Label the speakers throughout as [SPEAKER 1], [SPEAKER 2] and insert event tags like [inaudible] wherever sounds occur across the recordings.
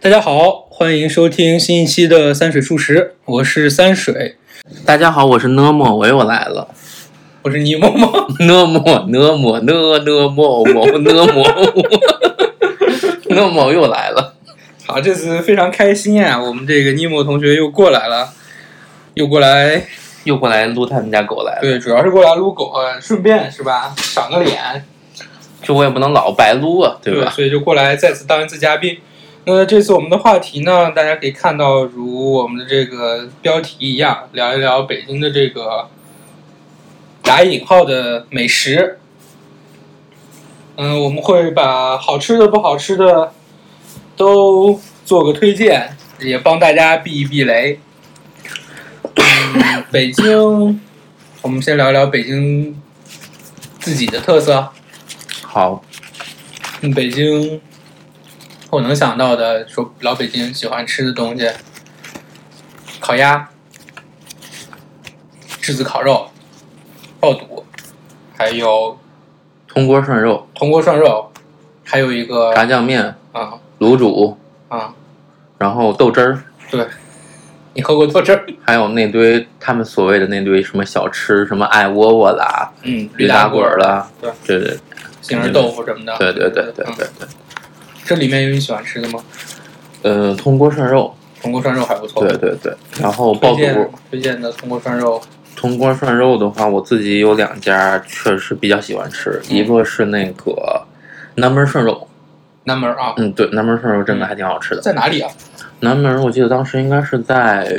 [SPEAKER 1] 大家好，欢迎收听新一期的三水数十，我是三水，
[SPEAKER 2] 大家好，我是呢么，我又来了。 [laughs]
[SPEAKER 1] 我是尼莫莫。
[SPEAKER 2] 呢么呢么呢呢么么呢 [laughs] 么，呢么又来了。
[SPEAKER 1] [laughs] 好，这次非常开心啊，我们这个尼莫同学又过来了，又过来，
[SPEAKER 2] 又过来撸他们家狗来了，
[SPEAKER 1] 对，主要是过来撸狗，呃顺便是吧，赏个脸，
[SPEAKER 2] 就我也不能老白撸啊，对吧？
[SPEAKER 1] 所以就过来再次当一次嘉宾。那这次我们的话题呢，大家可以看到，如我们的这个标题一样，聊一聊北京的这个打引号的美食。嗯，我们会把好吃的、不好吃的都做个推荐，也帮大家避一避雷。嗯，北京，我们先聊一聊北京自己的特色。
[SPEAKER 2] 好，
[SPEAKER 1] 嗯，北京，我能想到的说老北京喜欢吃的东西，烤鸭、炙子烤肉、爆肚，还有
[SPEAKER 2] 铜锅涮肉、
[SPEAKER 1] 铜锅涮肉，还有一个
[SPEAKER 2] 炸酱面、
[SPEAKER 1] 啊
[SPEAKER 2] 卤煮，
[SPEAKER 1] 啊，
[SPEAKER 2] 然后豆汁儿，
[SPEAKER 1] 你喝过豆汁儿？
[SPEAKER 2] 还有那堆他们所谓的那堆什么小吃，什么艾窝窝啦、
[SPEAKER 1] 嗯，
[SPEAKER 2] 驴打滚儿、啦，
[SPEAKER 1] 对
[SPEAKER 2] 对对
[SPEAKER 1] 杏仁豆腐什么的。
[SPEAKER 2] 对对对对
[SPEAKER 1] 嗯
[SPEAKER 2] 对对。
[SPEAKER 1] 这里面有你喜欢吃的吗？
[SPEAKER 2] 呃，铜锅涮肉，
[SPEAKER 1] 铜锅涮肉还不错。
[SPEAKER 2] 对对对，然后爆
[SPEAKER 1] 推
[SPEAKER 2] 肚
[SPEAKER 1] 荐。推荐的铜锅涮肉，
[SPEAKER 2] 铜锅涮肉的话，我自己有两家确实比较喜欢吃，
[SPEAKER 1] 嗯
[SPEAKER 2] 一个是那个南门涮肉，
[SPEAKER 1] 南门儿啊，
[SPEAKER 2] 嗯，对，南门涮肉真的还挺好吃的。
[SPEAKER 1] 在哪里啊？
[SPEAKER 2] 南门我记得当时应该是在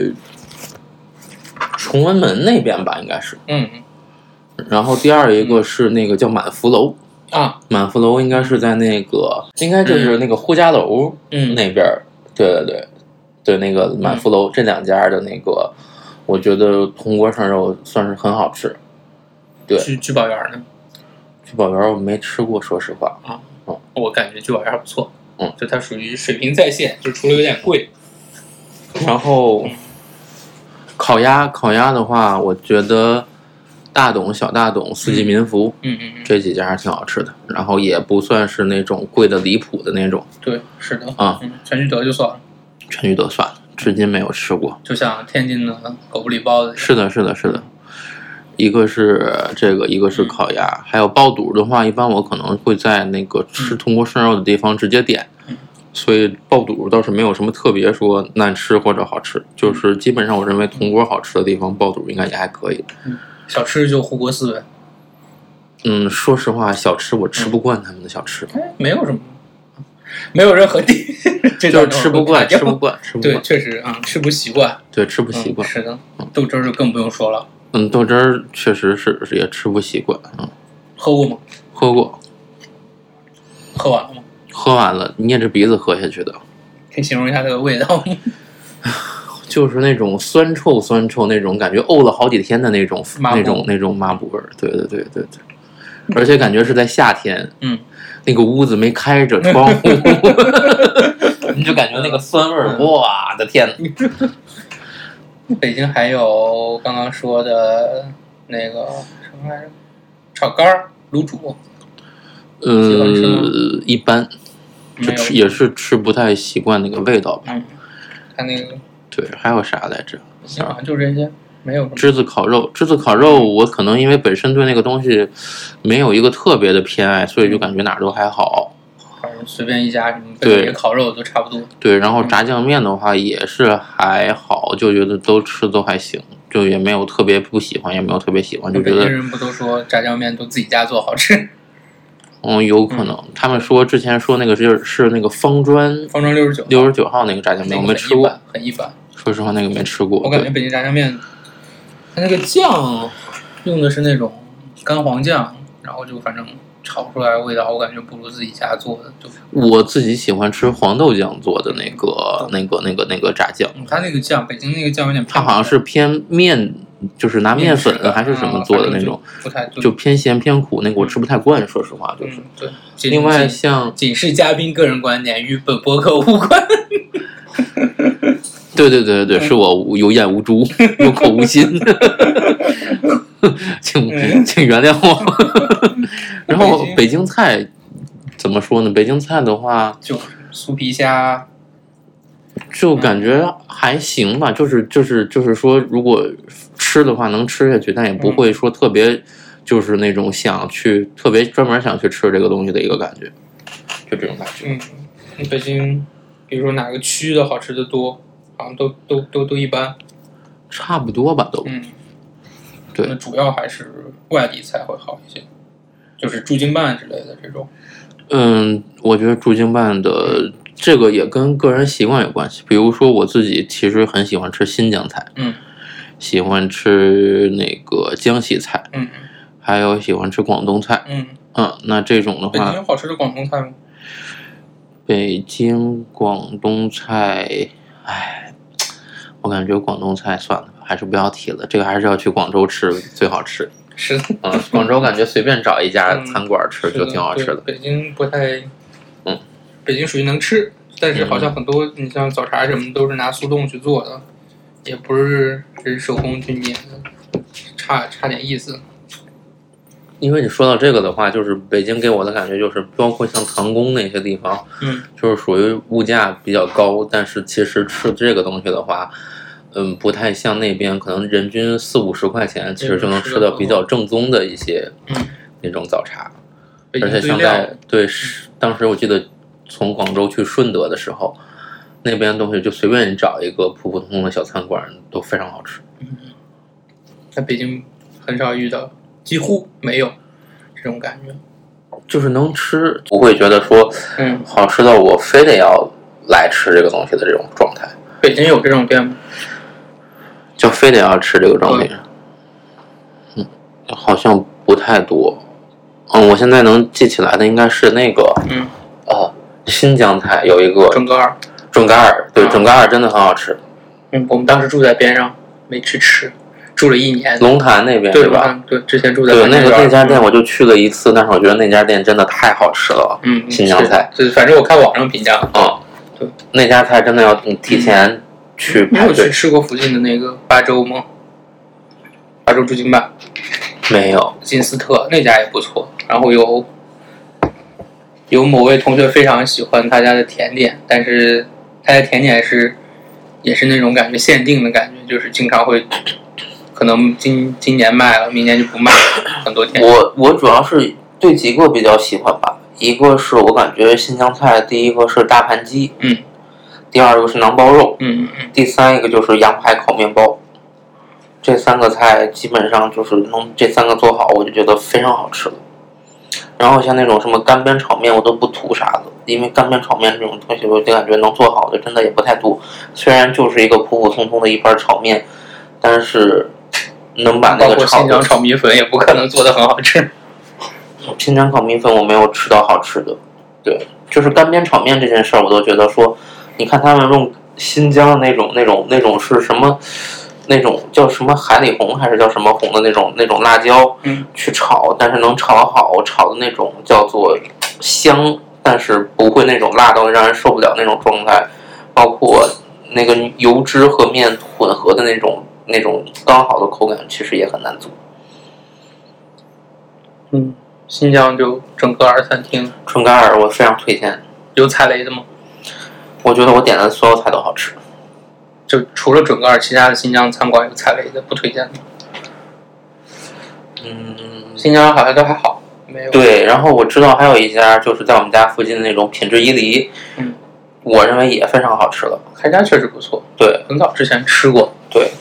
[SPEAKER 2] 崇文门那边吧，应该是。
[SPEAKER 1] 嗯嗯
[SPEAKER 2] 然后第二一个是那个叫满福楼，
[SPEAKER 1] 啊，
[SPEAKER 2] 满福楼应该是在那个应该就是那个呼家楼
[SPEAKER 1] 嗯
[SPEAKER 2] 那边儿，对对对，对那个满福楼这两家的那个，我觉得铜锅涮肉算是很好吃。对
[SPEAKER 1] 聚聚宝园儿呢？
[SPEAKER 2] 聚宝园儿我没吃过，说实话。
[SPEAKER 1] 我感觉就玩意儿还不错。
[SPEAKER 2] 嗯，
[SPEAKER 1] 就它属于水平在线，就除了有点贵。
[SPEAKER 2] 然后烤鸭，烤鸭的话，我觉得大董、小大董、四季民福、
[SPEAKER 1] 嗯嗯嗯，
[SPEAKER 2] 这几家还挺好吃的，然后也不算是那种贵的离谱的那种，
[SPEAKER 1] 对，是的。
[SPEAKER 2] 啊
[SPEAKER 1] 嗯，全聚德就算了，
[SPEAKER 2] 全聚德算了，至今没有吃过。
[SPEAKER 1] 就像天津的狗不理包子。
[SPEAKER 2] 是的，是的，是的。一个是这个，一个是烤鸭，还有爆肚的话，一般我可能会在那个吃铜锅涮肉的地方直接点，
[SPEAKER 1] 嗯
[SPEAKER 2] 所以爆肚倒是没有什么特别说难吃或者好吃，就是基本上我认为铜锅好吃的地方，爆肚应该也还可以。
[SPEAKER 1] 小吃就护国寺呗，
[SPEAKER 2] 嗯，说实话，小吃我吃不惯他们的小吃，
[SPEAKER 1] 哎，没有什么，没有任何地， [laughs] 这
[SPEAKER 2] 就
[SPEAKER 1] 段
[SPEAKER 2] 是吃不惯，
[SPEAKER 1] 都
[SPEAKER 2] 吃
[SPEAKER 1] 是我打
[SPEAKER 2] 不
[SPEAKER 1] 掉
[SPEAKER 2] 惯，吃不
[SPEAKER 1] [laughs] 对，
[SPEAKER 2] 惯，
[SPEAKER 1] 确实啊、嗯吃不习惯，
[SPEAKER 2] 对，吃不习
[SPEAKER 1] 嗯
[SPEAKER 2] 惯。
[SPEAKER 1] 是的
[SPEAKER 2] 嗯，
[SPEAKER 1] 豆汁儿就更不用说了，
[SPEAKER 2] 嗯，豆汁儿确实是是也吃不习惯，嗯，
[SPEAKER 1] 喝过吗？
[SPEAKER 2] 喝过，
[SPEAKER 1] 喝完了吗？
[SPEAKER 2] 喝完了捏着鼻子喝下去的，
[SPEAKER 1] 可以形容一下它的味道吗？ [laughs]
[SPEAKER 2] 就是那种酸臭酸臭那种感觉，沤了好几天的那种
[SPEAKER 1] 抹布
[SPEAKER 2] 那种那种抹布味儿，对对对对对，而且感觉是在夏天，
[SPEAKER 1] 嗯，
[SPEAKER 2] 那个屋子没开着窗
[SPEAKER 1] [laughs]
[SPEAKER 2] 户， [laughs] 你就感觉那个酸味儿，
[SPEAKER 1] 嗯
[SPEAKER 2] 哇的天呐，
[SPEAKER 1] 北京还有刚刚说的那个什么来着，炒肝儿、卤煮，喜欢吃
[SPEAKER 2] 呃
[SPEAKER 1] 吗，
[SPEAKER 2] 一般就
[SPEAKER 1] 没有
[SPEAKER 2] 吃也是吃不太习惯那个味道吧，
[SPEAKER 1] 嗯，它那个
[SPEAKER 2] 对，还有啥来着？
[SPEAKER 1] 行好像就这些，没有什么。
[SPEAKER 2] 栀子烤肉，栀子烤肉，我可能因为本身对那个东西没有一个特别的偏爱，所以
[SPEAKER 1] 嗯
[SPEAKER 2] 就感觉哪儿都还好。
[SPEAKER 1] 反正随便一家什么北京烤肉都差不多。
[SPEAKER 2] 对，然后炸酱面的话也是还好，就觉得都吃都还行，就也没有特别不喜欢，也没有特别喜欢，就
[SPEAKER 1] 北
[SPEAKER 2] 觉
[SPEAKER 1] 京
[SPEAKER 2] 得
[SPEAKER 1] 人不都说炸酱面都自己家做好吃？
[SPEAKER 2] 嗯有可能。他们说之前说那个是是那个方砖
[SPEAKER 1] 方庄六十九，
[SPEAKER 2] 六十九号那个炸酱
[SPEAKER 1] 那
[SPEAKER 2] 面，
[SPEAKER 1] 个
[SPEAKER 2] 我没吃过，
[SPEAKER 1] 很一般，很一般。
[SPEAKER 2] 说实话那个没吃过。
[SPEAKER 1] 我感觉
[SPEAKER 2] 对
[SPEAKER 1] 北京炸酱面，它那个酱啊用的是那种干黄酱，然后就反正炒出来的味道，我感觉不如自己家做的。就
[SPEAKER 2] 我自己喜欢吃黄豆酱做的那个那个那个那个炸酱。
[SPEAKER 1] 嗯它那个酱，北京那个酱有点
[SPEAKER 2] 它
[SPEAKER 1] 偏，
[SPEAKER 2] 好像是偏面，就是拿面粉还是什么做的那种，，
[SPEAKER 1] 不太对
[SPEAKER 2] 就。偏咸偏苦那个我吃不太惯，说实话就是
[SPEAKER 1] 嗯。，对。
[SPEAKER 2] 另外像
[SPEAKER 1] 仅是嘉宾个人观点，与本播客无关。 [laughs]
[SPEAKER 2] 对对对对，对是我无有眼无珠，有口无心，请
[SPEAKER 1] 嗯
[SPEAKER 2] 请原谅我。然后
[SPEAKER 1] 北京
[SPEAKER 2] 北京菜怎么说呢？北京菜的话，
[SPEAKER 1] 就酥皮虾、
[SPEAKER 2] 就感觉还行吧，就是就是就是说，如果吃的话能吃下去，但也不会说特别，就是那种想去特别专门想去吃这个东西的一个感觉，就这种感觉。
[SPEAKER 1] 嗯，北京，比如说哪个区的好吃的多，好像都都都都一般。
[SPEAKER 2] 差不多吧，都
[SPEAKER 1] 嗯，
[SPEAKER 2] 对
[SPEAKER 1] 那主要还是外地才会好一些，就是驻京办之类的这种。
[SPEAKER 2] 嗯，我觉得驻京办的这个也跟个人习惯有关系。比如说我自己其实很喜欢吃新疆菜，
[SPEAKER 1] 嗯
[SPEAKER 2] 喜欢吃那个江西菜，
[SPEAKER 1] 嗯
[SPEAKER 2] 还有喜欢吃广东菜。
[SPEAKER 1] 嗯，
[SPEAKER 2] 嗯，那这种的
[SPEAKER 1] 北京
[SPEAKER 2] 话，
[SPEAKER 1] 有好吃的广东菜吗？
[SPEAKER 2] 北京广东菜，唉，我感觉广东菜算了吧，还是不要提了。这个还是要去广州吃最好吃。
[SPEAKER 1] 是的， [laughs]
[SPEAKER 2] 嗯，广州感觉随便找一家
[SPEAKER 1] 嗯
[SPEAKER 2] 餐馆吃
[SPEAKER 1] 是的
[SPEAKER 2] 就挺好吃
[SPEAKER 1] 对
[SPEAKER 2] 的。
[SPEAKER 1] 北京不太，
[SPEAKER 2] 嗯，
[SPEAKER 1] 北京属于能吃，但是
[SPEAKER 2] 嗯
[SPEAKER 1] 好像很多你像早茶什么都是拿速冻去做的，也不是是手工去碾的，差差点意思。
[SPEAKER 2] 因为你说到这个的话，就是北京给我的感觉就是，包括像唐宫那些地方，
[SPEAKER 1] 嗯
[SPEAKER 2] 就是属于物价比较高，但是其实吃这个东西的话，嗯，不太像那边可能人均四五十块钱，其实就能吃到比较正宗的一些
[SPEAKER 1] 嗯，
[SPEAKER 2] 那种早茶。
[SPEAKER 1] 北
[SPEAKER 2] 而
[SPEAKER 1] 京
[SPEAKER 2] 且
[SPEAKER 1] 最
[SPEAKER 2] 像
[SPEAKER 1] 亮
[SPEAKER 2] 在对，是当时我记得从广州去顺德的时候，那边东西就随便你找一个普普通通的小餐馆都非常好吃。
[SPEAKER 1] 在北京很少遇到，几乎没有这种感觉。
[SPEAKER 2] 就是能吃，不会觉得说
[SPEAKER 1] 嗯，
[SPEAKER 2] 好吃到我非得要来吃这个东西的这种状态，
[SPEAKER 1] 北京有这种店吗？
[SPEAKER 2] 就非得要吃这个状态。嗯，好像不太多。嗯，我现在能记起来的应该是那个
[SPEAKER 1] 嗯，
[SPEAKER 2] 哦，新疆菜有一个
[SPEAKER 1] 整个二。
[SPEAKER 2] 准噶尔，对，
[SPEAKER 1] 啊
[SPEAKER 2] 准噶尔真的很好吃。
[SPEAKER 1] 嗯，我们当时住在边上，没去吃，住了一年，
[SPEAKER 2] 龙潭那边
[SPEAKER 1] 对嗯
[SPEAKER 2] 是吧？？
[SPEAKER 1] 对，之前住在
[SPEAKER 2] 对，那个嗯
[SPEAKER 1] 边
[SPEAKER 2] 那
[SPEAKER 1] 上
[SPEAKER 2] 家店我就去了一次，但是我觉得那家店真的太好吃了。
[SPEAKER 1] 嗯，
[SPEAKER 2] 新疆菜
[SPEAKER 1] 是，对，反正我看网上评价，
[SPEAKER 2] 嗯，
[SPEAKER 1] 对，
[SPEAKER 2] 那家菜真的要你提前去
[SPEAKER 1] 你
[SPEAKER 2] 排
[SPEAKER 1] 嗯有去
[SPEAKER 2] 队，
[SPEAKER 1] 吃过附近的那个巴州吗？巴州驻京办、
[SPEAKER 2] 没有，
[SPEAKER 1] 金斯特那家也不错，然后有有某位同学非常喜欢他家的甜点，但是他的甜点是也是那种感觉限定的感觉，就是经常会可能今今年卖了，明年就不卖了，很多甜点。
[SPEAKER 2] 我我主要是对几个比较喜欢吧，一个是我感觉新疆菜，第一个是大盘鸡，
[SPEAKER 1] 嗯，
[SPEAKER 2] 第二个是馕包肉，
[SPEAKER 1] 嗯嗯
[SPEAKER 2] 第三一个就是羊排烤面包。这三个菜基本上就是能这三个做好，我就觉得非常好吃了。然后像那种什么干煸炒面，我都不图啥的，因为干煸炒面这种东西，我就感觉能做好的真的也不太多。虽然就是一个普普通通的一盘炒面，但是能把
[SPEAKER 1] 嗯，
[SPEAKER 2] 那
[SPEAKER 1] 包
[SPEAKER 2] 个
[SPEAKER 1] 括
[SPEAKER 2] 炒
[SPEAKER 1] 新
[SPEAKER 2] 的
[SPEAKER 1] 疆炒米粉也不可能做的很好吃。
[SPEAKER 2] 新疆烤米粉我没有吃到好吃的，对，就是干煸炒面这件事儿，我都觉得说，你看他们用新疆的那种那种那种是什么，那种叫什么海里红还是叫什么红的那种那种辣椒
[SPEAKER 1] 嗯
[SPEAKER 2] 去炒，但是能炒好，炒的那种叫做香，但是不会那种辣到让人受不了那种状态，包括那个油脂和面混合的那种那种刚好的口感，其实也很难做。
[SPEAKER 1] 嗯，新疆就整个二餐厅
[SPEAKER 2] 春干儿我非常推荐，
[SPEAKER 1] 有踩雷的吗？
[SPEAKER 2] 我觉得我点的所有菜都好吃。
[SPEAKER 1] 就除了准噶尔，其他的新疆餐馆有踩雷的，不推荐的。
[SPEAKER 2] 嗯，
[SPEAKER 1] 新疆好像都还好，没有。，
[SPEAKER 2] 对。然后我知道还有一家就是在我们家附近的那种品质伊犁，
[SPEAKER 1] 嗯，
[SPEAKER 2] 我认为也非常好吃了。
[SPEAKER 1] 开家确实不错，
[SPEAKER 2] 对
[SPEAKER 1] 很早之前吃过。
[SPEAKER 2] 对。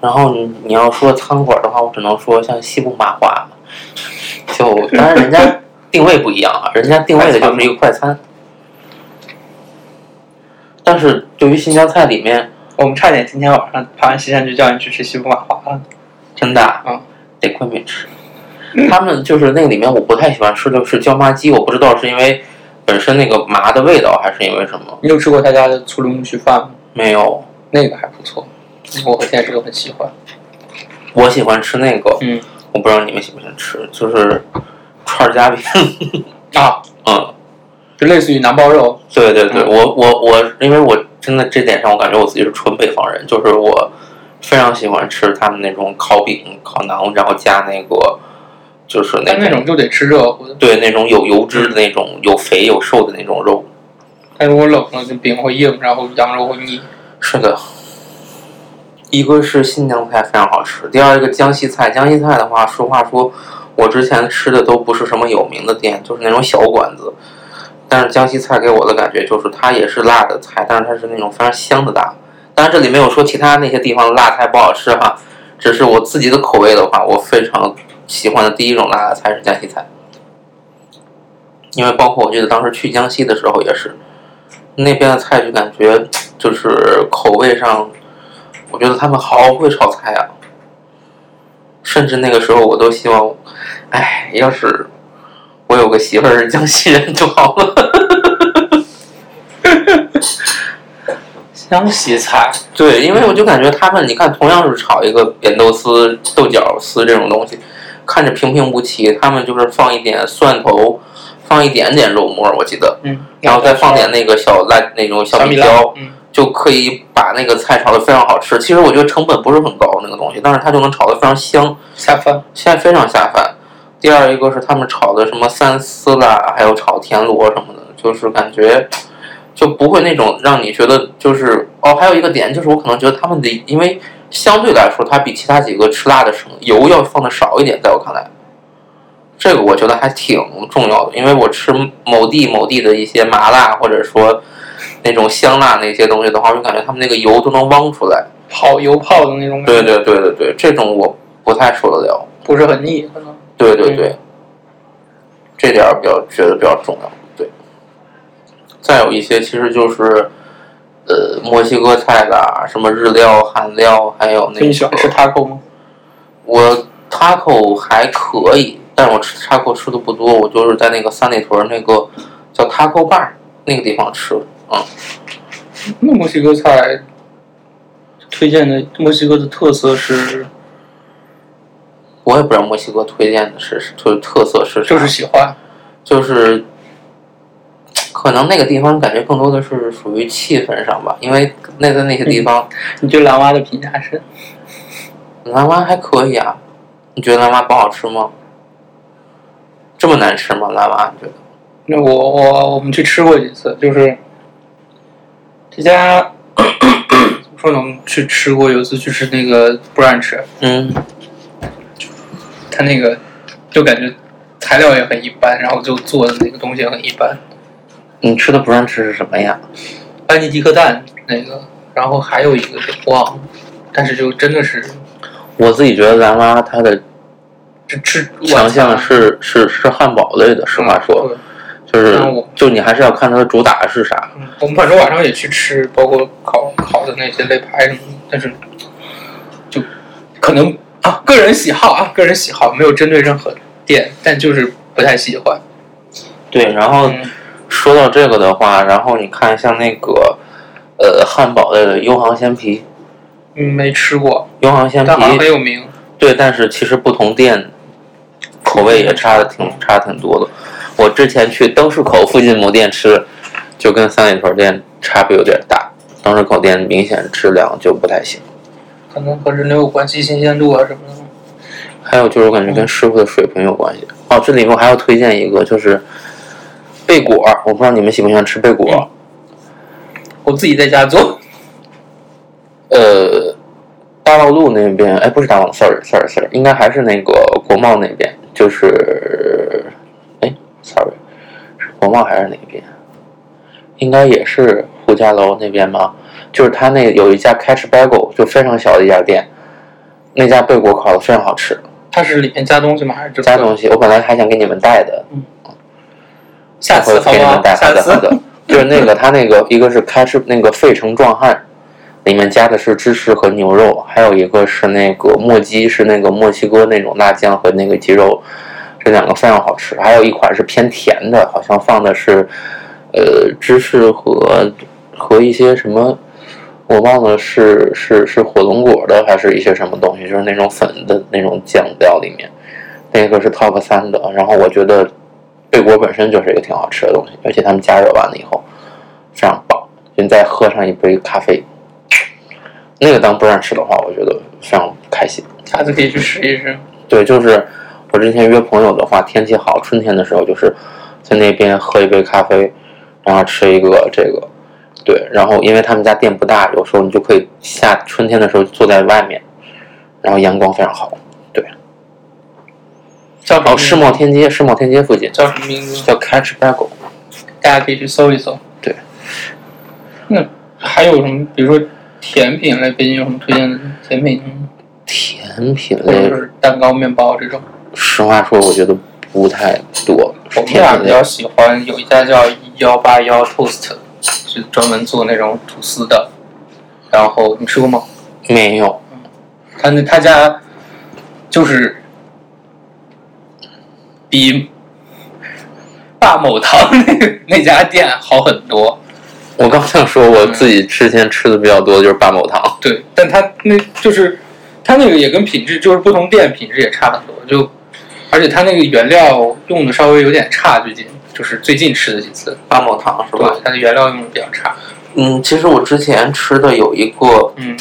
[SPEAKER 2] 然后你你要说餐馆的话，我只能说像西部麻花，就当然人家定位不一样啊，人家定位的就是一个快餐。但是对于新疆菜里面，
[SPEAKER 1] 我们差点今天晚上爬完西山就叫你去吃西部麻花了。
[SPEAKER 2] 真的啊
[SPEAKER 1] 嗯
[SPEAKER 2] 得亏没吃。他们就是那个里面我不太喜欢吃的是椒麻鸡，我不知道是因为本身那个麻的味道，还是因为什么？
[SPEAKER 1] 你有吃过他家的醋溜木须饭吗？
[SPEAKER 2] 没有，
[SPEAKER 1] 那个还不错，我和天使都很喜欢。
[SPEAKER 2] 我喜欢吃那个，
[SPEAKER 1] 嗯
[SPEAKER 2] 我不知道你们喜不喜欢吃，就是串儿夹饼。
[SPEAKER 1] 啊，
[SPEAKER 2] [laughs] 嗯，
[SPEAKER 1] 就类似于馕包肉。
[SPEAKER 2] 对对对，
[SPEAKER 1] 嗯
[SPEAKER 2] 我我我，因为我真的这点上，我感觉我自己是纯北方人，就是我非常喜欢吃他们那种烤饼、烤馕，然后加那个就是
[SPEAKER 1] 但那
[SPEAKER 2] 种
[SPEAKER 1] 种就得吃热乎的，
[SPEAKER 2] 对那种有油脂的那种、有肥有瘦的那种肉。
[SPEAKER 1] 它如果冷了，就饼会硬，然后羊肉会腻。
[SPEAKER 2] 是的，一个是新疆菜非常好吃，第二一个江西菜。江西菜的话，实话说，我之前吃的都不是什么有名的店，就是那种小馆子。但是江西菜给我的感觉就是，它也是辣的菜，但是它是那种非常香的辣。当然，这里没有说其他那些地方的辣菜不好吃哈，只是我自己的口味的话，我非常喜欢的第一种辣的菜是江西菜。因为包括我记得当时去江西的时候也是，那边的菜就感觉就是口味上，我觉得他们好会炒菜啊。甚至那个时候我都希望，哎，要是我有个媳妇儿是江西人就好了。 [laughs]
[SPEAKER 3] 江西菜，
[SPEAKER 2] 对，因为我就感觉他们，你看，同样是炒一个扁豆丝、豆角丝这种东西，看着平平无奇，他们就是放一点蒜头，放一点点肉末，我记得，
[SPEAKER 1] 嗯，
[SPEAKER 2] 然后再放点那个小辣那种小
[SPEAKER 1] 小米
[SPEAKER 2] 米椒
[SPEAKER 1] 辣，，嗯，
[SPEAKER 2] 就可以把那个菜炒得非常好吃。其实我觉得成本不是很高那个东西，但是它就能炒得非常香，
[SPEAKER 1] 下饭，
[SPEAKER 2] 现在非常下饭。第二一个是他们炒的什么三丝啦，还有炒田螺什么的，就是感觉就不会那种让你觉得就是哦。还有一个点就是我可能觉得他们的，因为相对来说它比其他几个吃辣的省油要放的少一点，在我看来，这个我觉得还挺重要的。因为我吃某地某地的一些麻辣或者说那种香辣那些东西的话，我就感觉他们那个油都能汪出来。
[SPEAKER 1] 泡油泡的那种感
[SPEAKER 2] 对
[SPEAKER 1] 觉，
[SPEAKER 2] 对对对对，这种我不太受得了。
[SPEAKER 1] 不是很腻，可能。
[SPEAKER 2] 对对对，这点儿比较觉得比较重要。对，再有一些其实就是，呃，墨西哥菜啦，什么日料、韩料，还有那
[SPEAKER 1] 所以你喜欢吃
[SPEAKER 2] 个
[SPEAKER 1] taco 吗？
[SPEAKER 2] 我 taco 还可以，但是我吃 taco 吃的不多，我就是在那个三里屯那个叫 taco bar 那个地方吃。嗯，
[SPEAKER 1] 那墨西哥菜推荐的墨西哥的特色是，
[SPEAKER 2] 我也不知道墨西哥推荐的是就是特色是啥，
[SPEAKER 1] 就是喜欢，
[SPEAKER 2] 就是可能那个地方感觉更多的是属于气氛上吧，因为那在那些地方，
[SPEAKER 1] 你对蓝蛙的评价是？
[SPEAKER 2] 蓝蛙还可以啊。你觉得蓝蛙不好吃吗？这么难吃吗？蓝蛙你觉得？
[SPEAKER 1] 那我我我们去吃过几次，就是这家 [clears throat] 怎么说呢？我们去吃过有一次去吃那个 brunch，
[SPEAKER 2] 嗯，
[SPEAKER 1] 他那个就感觉材料也很一般，然后就做的那个东西也很一般，
[SPEAKER 2] 你吃的不让吃是什么呀？
[SPEAKER 1] 班尼迪克蛋那个，然后还有一个我忘了，但是就真的是
[SPEAKER 2] 我自己觉得蓝蛙它的
[SPEAKER 1] 这吃
[SPEAKER 2] 强项是是是汉堡类的，实话说，，就
[SPEAKER 1] 那
[SPEAKER 2] 是
[SPEAKER 1] 我
[SPEAKER 2] 就你还是要看它的主打是啥。
[SPEAKER 1] 嗯，我们反正晚上也去吃，包括烤烤的那些肋排什么的，但是就可能啊，个人喜好啊，个人喜好，没有针对任何店，但就是不太喜欢。
[SPEAKER 2] 对，然后
[SPEAKER 1] 嗯，
[SPEAKER 2] 说到这个的话，然后你看像那个呃汉堡类的优航鲜皮，
[SPEAKER 1] 嗯没吃过，
[SPEAKER 2] 优航鲜
[SPEAKER 1] 但好像很
[SPEAKER 2] 皮
[SPEAKER 1] 有名。
[SPEAKER 2] 对，但是其实不同店口味也差的挺差挺多的。我之前去灯市口附近某店吃，就跟三里屯店差别有点大，灯市口店明显质量就不太行。
[SPEAKER 1] 可能和人流有关系，新鲜度啊什么的。
[SPEAKER 2] 还有就是我感觉跟师傅的水平有关系。哦，这里面我还要推荐一个，就是贝果儿，我不知道你们喜不喜欢吃贝果儿。
[SPEAKER 1] 我自己在家做，
[SPEAKER 2] 呃，大望路那边，哎，不是大望，sorry，sorry，sorry，应该还是那个国贸那边，就是，哎，sorry，是国贸还是哪边？应该也是胡家楼那边吗？就是他那有一家 Catch Bagel，就非常小的一家店，那家贝果烤的非常好吃，
[SPEAKER 1] 它是里面加东西吗？还是只
[SPEAKER 2] 加东西我本来还想给你们带的，
[SPEAKER 1] 下次好
[SPEAKER 2] 给你们
[SPEAKER 1] 吗？
[SPEAKER 2] 带，好
[SPEAKER 1] 下
[SPEAKER 2] 的好
[SPEAKER 1] 次 [laughs]
[SPEAKER 2] 的，就是那个他那个一个是开吃那个费城壮汉，里面加的是芝士和牛肉，还有一个是那个墨鸡，是那个墨西哥那种辣酱和那个鸡肉，这两个非常好吃。还有一款是偏甜的，好像放的是呃芝士和和一些什么。我忘了是是是火龙果的还是一些什么东西，就是那种粉的那种酱料里面，那个是 top 三的。然后我觉得贝果本身就是一个挺好吃的东西，而且他们加热完了以后非常棒。就你再喝上一杯咖啡，那个当不让吃的话，我觉得非常开心。
[SPEAKER 1] 下次可以去试一试。
[SPEAKER 2] 对，就是我之前约朋友的话，天气好，春天的时候就是在那边喝一杯咖啡，然后吃一个这个，对，然后因为他们家店不大，有时候你就可以夏春天的时候坐在外面，然后阳光非常好。
[SPEAKER 1] 叫什么
[SPEAKER 2] 哦，
[SPEAKER 1] 名
[SPEAKER 2] 世
[SPEAKER 1] 字？
[SPEAKER 2] 贸天街，世贸天街附近
[SPEAKER 1] 叫什么名字？
[SPEAKER 2] 叫 Catch Bagel，
[SPEAKER 1] 大家可以去搜一搜。
[SPEAKER 2] 对。
[SPEAKER 1] 那还有什么？比如说甜品类，北京有什么推荐的甜品，
[SPEAKER 2] 甜品
[SPEAKER 1] 或者
[SPEAKER 2] 类，
[SPEAKER 1] 是蛋糕、面包这种？
[SPEAKER 2] 实话说我觉得不太多。
[SPEAKER 1] 我们俩比较喜欢有一家叫幺八幺 Toast，是专门做那种吐司的。然后你吃过吗？
[SPEAKER 2] 没有，
[SPEAKER 1] 他那他家就是比霸某堂 [laughs] 那那家店好很多。
[SPEAKER 2] 我刚想说我自己之前吃的比较多的就是八宝糖，
[SPEAKER 1] 对，但他那就是他那个也跟品质，就是不同店品质也差很多。就而且他那个原料用的稍微有点差，最近就是最近吃的几次，
[SPEAKER 2] 八宝糖是
[SPEAKER 1] 对？，他的原料用的比较差。
[SPEAKER 2] 嗯，其实我之前吃的有一个
[SPEAKER 1] 嗯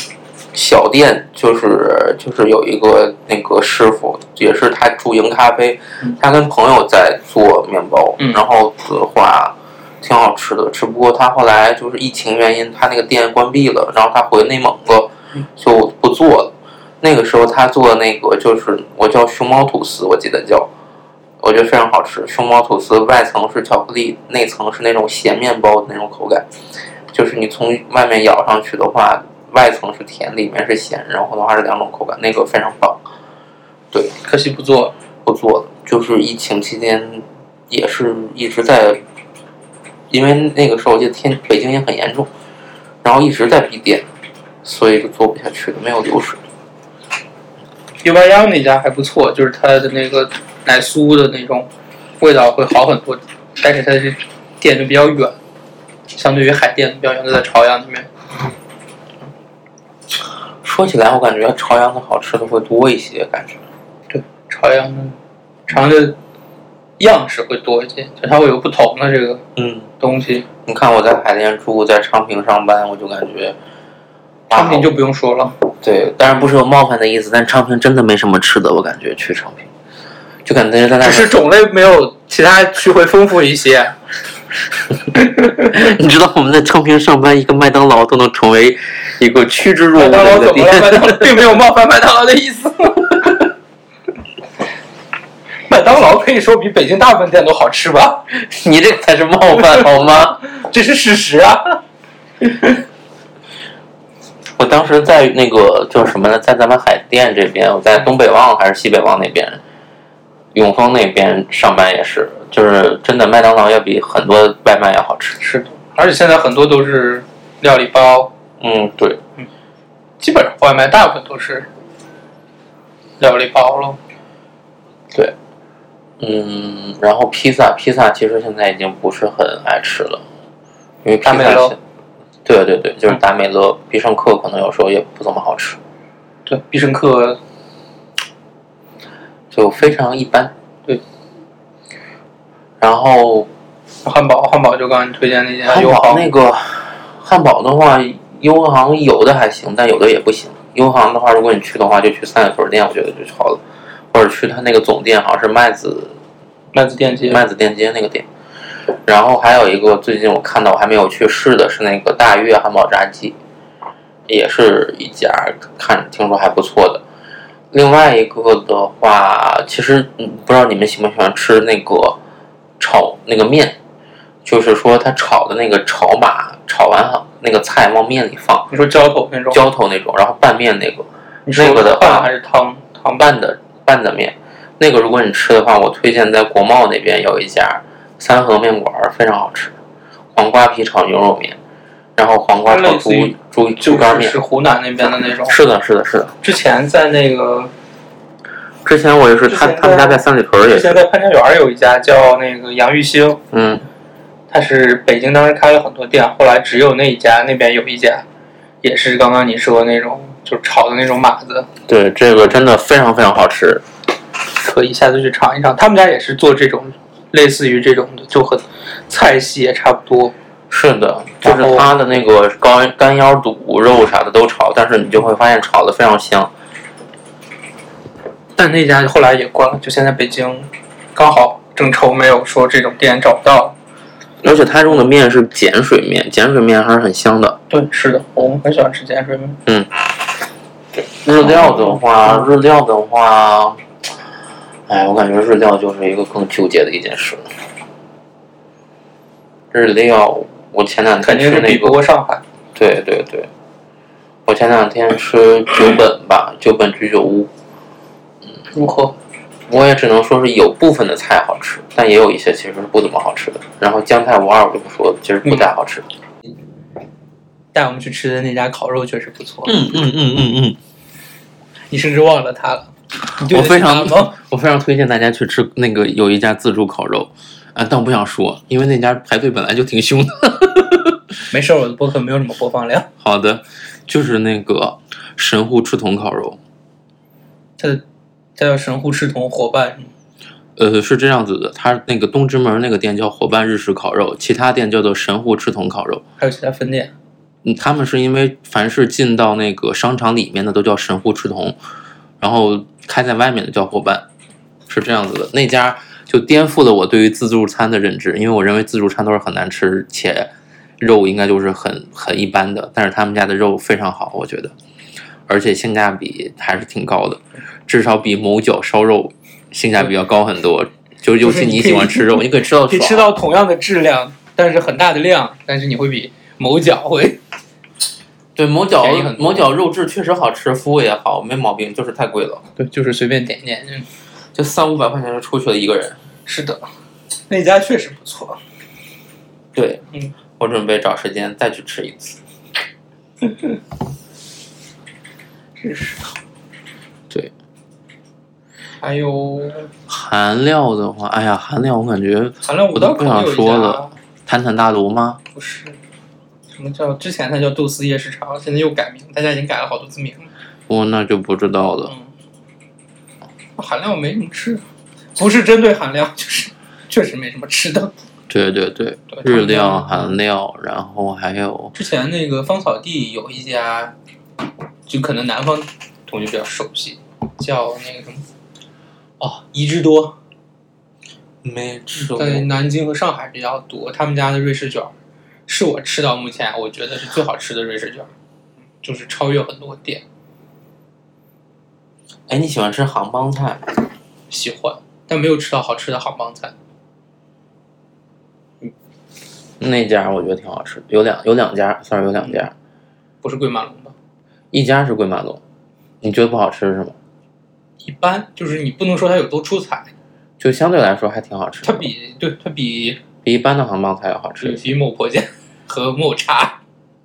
[SPEAKER 2] 小店，就是就是有一个那个师傅，也是他驻营咖啡
[SPEAKER 1] 嗯，
[SPEAKER 2] 他跟朋友在做面包，
[SPEAKER 1] 嗯
[SPEAKER 2] 然后的话挺好吃的，只不过他后来就是疫情原因，他那个店关闭了，然后他回内蒙了
[SPEAKER 1] 嗯，
[SPEAKER 2] 就不做了。那个时候他做的那个就是我叫熊猫吐司，我记得叫，我觉得非常好吃。熊猫吐司外层是巧克力，内层是那种咸面包的那种口感，就是你从外面咬上去的话，外层是甜，里面是咸，然后的话是两种口感，那个非常棒。
[SPEAKER 1] 可惜不做。
[SPEAKER 2] 不做了，就是疫情期间也是一直在，因为那个时候我记得天北京也很严重，然后一直在闭店，所以就做不下去了，没有流水。
[SPEAKER 1] 幺八幺那家还不错，就是它的那个奶酥的那种味道会好很多，但是它的店就比较远，相对于海淀比较远，就在朝阳那边。
[SPEAKER 2] 说起来，我感觉朝阳的好吃的会多一些，感觉。
[SPEAKER 1] 朝阳的朝阳的样式会多一些，就它会有不同的这个
[SPEAKER 2] 嗯，
[SPEAKER 1] 东西。
[SPEAKER 2] 你看我在海淀住，在昌平上班，我就感觉
[SPEAKER 1] 产品就不用说了，
[SPEAKER 2] 对，当然不是有冒犯的意思，但昌平真的没什么吃的，我感觉去昌平，就感觉在那
[SPEAKER 1] 只是种类没有其他区会丰富一些。
[SPEAKER 2] [laughs] 你知道我们在昌平上班，一个麦当劳都能成为一个趋之若鹜
[SPEAKER 1] 麦当劳
[SPEAKER 2] 的一个
[SPEAKER 1] 怎么了？麦
[SPEAKER 2] 店。
[SPEAKER 1] 当劳并没有冒犯麦当劳的意思。麦当劳可以说比北京大部分店都好吃吧？
[SPEAKER 2] [laughs] 你这个才是冒犯好吗？ [laughs]
[SPEAKER 1] 这是事实啊。
[SPEAKER 2] 我当时在那个就是什么呢，在咱们海淀这边，我在东北旺还是西北旺那边，永丰那边上班也是，就是真的麦当劳要比很多外卖要好吃。
[SPEAKER 1] 是的，而且现在很多都是料理包，
[SPEAKER 2] 嗯，对，
[SPEAKER 1] 基本上外卖大部分都是料理包了。
[SPEAKER 2] 嗯，然后披萨，披萨其实现在已经不是很爱吃了，因为披萨
[SPEAKER 1] 达美乐
[SPEAKER 2] 现对对对，就是达美乐、必胜客可能有时候也不怎么好吃，
[SPEAKER 1] 对，必胜客
[SPEAKER 2] 就非常一般。
[SPEAKER 1] 对，
[SPEAKER 2] 然后
[SPEAKER 1] 汉堡，汉堡就刚才你推荐那家
[SPEAKER 2] 汉
[SPEAKER 1] 友
[SPEAKER 2] 堡
[SPEAKER 1] 好，
[SPEAKER 2] 那个汉堡的话，优航有的还行，但有的也不行。优航的话，如果你去的话，就去三里屯店，我觉得就好了，或者去他那个总店，好像是麦子
[SPEAKER 1] 麦子店街，
[SPEAKER 2] 麦子店街那个店。然后还有一个最近我看到我还没有去试的是那个大悦汉堡炸鸡，也是一家看听说还不错的。另外一个的话，其实嗯不知道你们喜不喜欢吃那个炒那个面，就是说它炒的那个炒码，炒完后那个菜往面里放，
[SPEAKER 1] 你说浇头那种，
[SPEAKER 2] 浇头那种，然后拌面那个，
[SPEAKER 1] 你说
[SPEAKER 2] 那个的话
[SPEAKER 1] 饭还是汤？汤
[SPEAKER 2] 拌的拌的面，那个如果你吃的话，我推荐在国贸那边有一家三和面馆儿，非常好吃，黄瓜皮炒牛肉面，然后黄瓜炒
[SPEAKER 1] 类
[SPEAKER 2] 猪
[SPEAKER 1] 似于
[SPEAKER 2] 猪猪
[SPEAKER 1] 就
[SPEAKER 2] 肝
[SPEAKER 1] 是
[SPEAKER 2] 面
[SPEAKER 1] 是，湖南那边的那种。
[SPEAKER 2] 是的，是的，是的。
[SPEAKER 1] 之前在那个，
[SPEAKER 2] 之前我也是，
[SPEAKER 1] 之
[SPEAKER 2] 他
[SPEAKER 1] 前
[SPEAKER 2] 他们家
[SPEAKER 1] 在
[SPEAKER 2] 在三里屯儿也
[SPEAKER 1] 之前
[SPEAKER 2] 是，
[SPEAKER 1] 在潘家园有一家叫那个杨玉兴，
[SPEAKER 2] 嗯，
[SPEAKER 1] 它是北京当时开了很多店，后来只有那一家，那边有一家，也是刚刚你说的那种，就是炒的那种码子，
[SPEAKER 2] 对，这个真的非常非常好吃，
[SPEAKER 1] 可以下次去尝一尝。他们家也是做这种，类似于这种的，就很菜系也差不多。
[SPEAKER 2] 是的，就
[SPEAKER 1] 然后
[SPEAKER 2] 是它的那个干干腰肚肉啥的都炒，但是你就会发现炒的非常香，
[SPEAKER 1] 但那家后来也关了，就现在北京刚好正愁没有说这种店找不到，
[SPEAKER 2] 而且它用的面是碱水面，碱水面还是很香的。
[SPEAKER 3] 对，是的，我们很喜欢吃碱水面。
[SPEAKER 2] 日料的话，日料的话，哎，我感觉日料就是一个更纠结的一件事。日料，我前两
[SPEAKER 1] 肯定
[SPEAKER 2] 天吃
[SPEAKER 1] 是
[SPEAKER 2] 那
[SPEAKER 1] 比不
[SPEAKER 2] 个，
[SPEAKER 1] 过上海。
[SPEAKER 2] 对对对，我前两天吃九本吧，九本居酒屋，
[SPEAKER 3] 如何？
[SPEAKER 2] 我也只能说是有部分的菜好吃，但也有一些其实是不怎么好吃的。然后江菜五二我就不说了，其实不太好吃。
[SPEAKER 1] 带我们去吃的那家烤肉确实不错，
[SPEAKER 2] 嗯嗯嗯嗯嗯，
[SPEAKER 1] 你甚至忘了它了。你对
[SPEAKER 2] 我
[SPEAKER 1] 得起
[SPEAKER 2] 非
[SPEAKER 1] 它
[SPEAKER 2] 常
[SPEAKER 1] 吗？
[SPEAKER 2] 我非常推荐大家去吃那个有一家自助烤肉，啊，但我不想说，因为那家排队本来就挺凶的。
[SPEAKER 1] 没事儿，我的播客没有什么播放量。
[SPEAKER 2] 好的，就是那个神户赤铜烤肉，
[SPEAKER 1] 它的它叫神户赤铜伙伴，
[SPEAKER 2] 呃，是这样子的，它那个东直门那个店叫伙伴日式烤肉，其他店叫做神户赤铜烤肉。
[SPEAKER 1] 还有其他分店。
[SPEAKER 2] 嗯，他们是因为凡是进到那个商场里面的都叫神户赤铜，然后开在外面的叫伙伴，是这样子的。那家就颠覆了我对于自助餐的认知，因为我认为自助餐都是很难吃，且肉应该就是很很一般的，但是他们家的肉非常好，我觉得，而且性价比还是挺高的，至少比某角烧肉性价比要高很多。就尤
[SPEAKER 1] 不
[SPEAKER 2] 其
[SPEAKER 1] 是
[SPEAKER 2] 你
[SPEAKER 1] 你可以
[SPEAKER 2] 喜欢吃肉，你可以吃
[SPEAKER 1] [laughs]
[SPEAKER 2] 到
[SPEAKER 1] 可以
[SPEAKER 2] 爽
[SPEAKER 1] 吃到同样的质量，但是很大的量，但是你会比某角会
[SPEAKER 2] 对某角
[SPEAKER 1] 便宜很多
[SPEAKER 2] 某角肉质确实好吃，服务也好，没毛病，就是太贵了。
[SPEAKER 1] 对，就是随便点一点。嗯
[SPEAKER 2] 就三五百块钱就出去了一个人。
[SPEAKER 1] 是的，那家确实不错。
[SPEAKER 2] 对，
[SPEAKER 1] 嗯，
[SPEAKER 2] 我准备找时间再去吃一次。
[SPEAKER 1] 真是的。
[SPEAKER 2] 对，
[SPEAKER 1] 还有
[SPEAKER 2] 韩料的话，哎呀，韩料我感觉
[SPEAKER 1] 韩料五道口
[SPEAKER 2] 我都不想
[SPEAKER 1] 有一
[SPEAKER 2] 说
[SPEAKER 1] 家
[SPEAKER 2] 了，坦坦大炉吗？
[SPEAKER 1] 不是什么叫之前它叫豆丝夜市场，现在又改名，大家已经改了好多次名了。
[SPEAKER 2] 我那就不知道了。
[SPEAKER 1] 嗯，韩料没什么吃的，不是针对韩料， [laughs] 就是确实没什么吃的。
[SPEAKER 2] 对对对，
[SPEAKER 1] 对
[SPEAKER 2] 日料、韩料，然后还有
[SPEAKER 1] 之前那个芳草地有一家，就可能南方同学比较熟悉，叫那个什么，哦，一之多，
[SPEAKER 2] 没吃
[SPEAKER 1] 在南京和上海比较多。他们家的瑞士卷儿，是我吃到目前我觉得是最好吃的瑞士卷儿，就是超越很多店，
[SPEAKER 2] 哎，你喜欢吃杭帮菜？
[SPEAKER 1] 喜欢，但没有吃到好吃的杭帮菜。
[SPEAKER 2] 那家我觉得挺好吃，有两有两家，算是有两家，
[SPEAKER 1] 不是桂马龙吧？
[SPEAKER 2] 一家是桂马龙，你觉得不好吃是吗？
[SPEAKER 1] 一般，就是你不能说它有多出彩，
[SPEAKER 2] 就相对来说还挺好吃的，
[SPEAKER 1] 它比对它比
[SPEAKER 2] 比一般的杭帮菜要好吃一些。
[SPEAKER 1] 比某婆家 [laughs] 和某茶，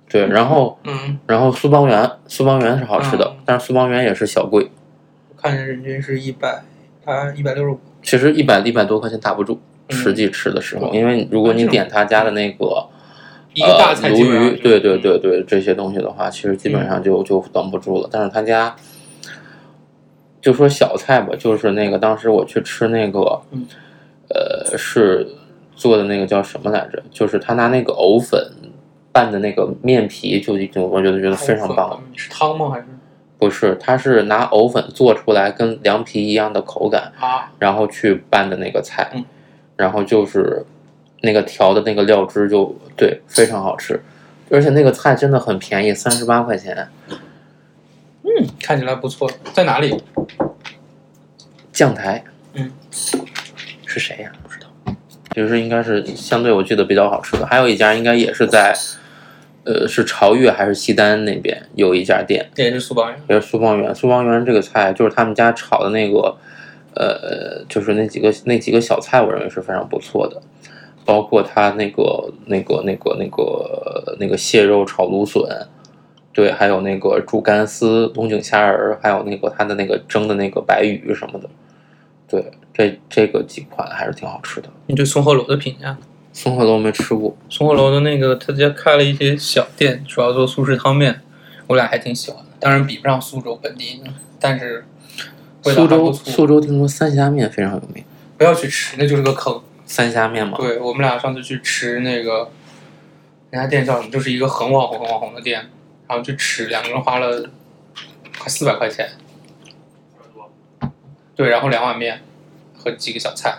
[SPEAKER 2] 对，然后
[SPEAKER 1] 嗯，
[SPEAKER 2] 然后苏帮园，苏帮园是好吃的，
[SPEAKER 1] 嗯
[SPEAKER 2] 但是苏帮园也是小贵，
[SPEAKER 1] 我看着人均是一百，它一百六十五。
[SPEAKER 2] 其实一百一百多块钱打不住，
[SPEAKER 1] 嗯
[SPEAKER 2] 实际吃的时候，
[SPEAKER 1] 对
[SPEAKER 2] 因为如果
[SPEAKER 1] 但
[SPEAKER 2] 你
[SPEAKER 1] 这种
[SPEAKER 2] 点他家的那个
[SPEAKER 1] 一个大菜
[SPEAKER 2] 呃、
[SPEAKER 1] 基
[SPEAKER 2] 鲈
[SPEAKER 1] 本上
[SPEAKER 2] 鱼，
[SPEAKER 1] 是嗯
[SPEAKER 2] 对对对对这些东西的话，其实基本上就就挡不住了。但是他家就说小菜吧，就是那个当时我去吃那个，
[SPEAKER 1] 嗯
[SPEAKER 2] 呃，是做的那个叫什么来着？就是他拿那个藕粉拌的那个面皮，就已经我觉得觉得非常棒了。
[SPEAKER 1] 嗯是汤吗？还是
[SPEAKER 2] 不是，它是拿藕粉做出来跟凉皮一样的口感，
[SPEAKER 1] 啊？
[SPEAKER 2] 然后去拌的那个菜，
[SPEAKER 1] 嗯
[SPEAKER 2] 然后就是那个调的那个料汁就对非常好吃，而且那个菜真的很便宜，三十八块钱，
[SPEAKER 1] 看起来不错，在哪里？
[SPEAKER 2] 酱台，
[SPEAKER 1] 嗯，
[SPEAKER 2] 是谁呀、不知道，就是应该是相对我记得比较好吃的，还有一家应该也是在，呃，是朝越还是西单那边有一家店，
[SPEAKER 1] 也是苏帮人。
[SPEAKER 2] 也是苏帮园。苏帮园这个菜就是他们家炒的那个，呃，就是那几个那几个小菜，我认为是非常不错的，包括它那个那个那个那个那个蟹肉炒芦笋，对，还有那个猪肝丝、龙井虾仁，还有那个它的那个蒸的那个白鱼什么的，对，这这个几款还是挺好吃的。
[SPEAKER 1] 你对松鹤楼的评价？
[SPEAKER 2] 松鹤楼没吃过，
[SPEAKER 1] 松鹤楼的那个他家开了一些小店，主要做苏式汤面，我俩还挺喜欢的。当然比不上苏州本地的，但是味道
[SPEAKER 2] 苏
[SPEAKER 1] 还
[SPEAKER 2] 州
[SPEAKER 1] 不错。
[SPEAKER 2] 苏州听说三峡面非常有名，
[SPEAKER 1] 不要去吃，那就是个坑。
[SPEAKER 2] 三峡面嘛，
[SPEAKER 1] 对我们俩上次去吃那个，那家店叫什么？就是一个很网红、很网红的店，然后去吃，两个人花了快四百块钱。对，然后两碗面和几个小菜，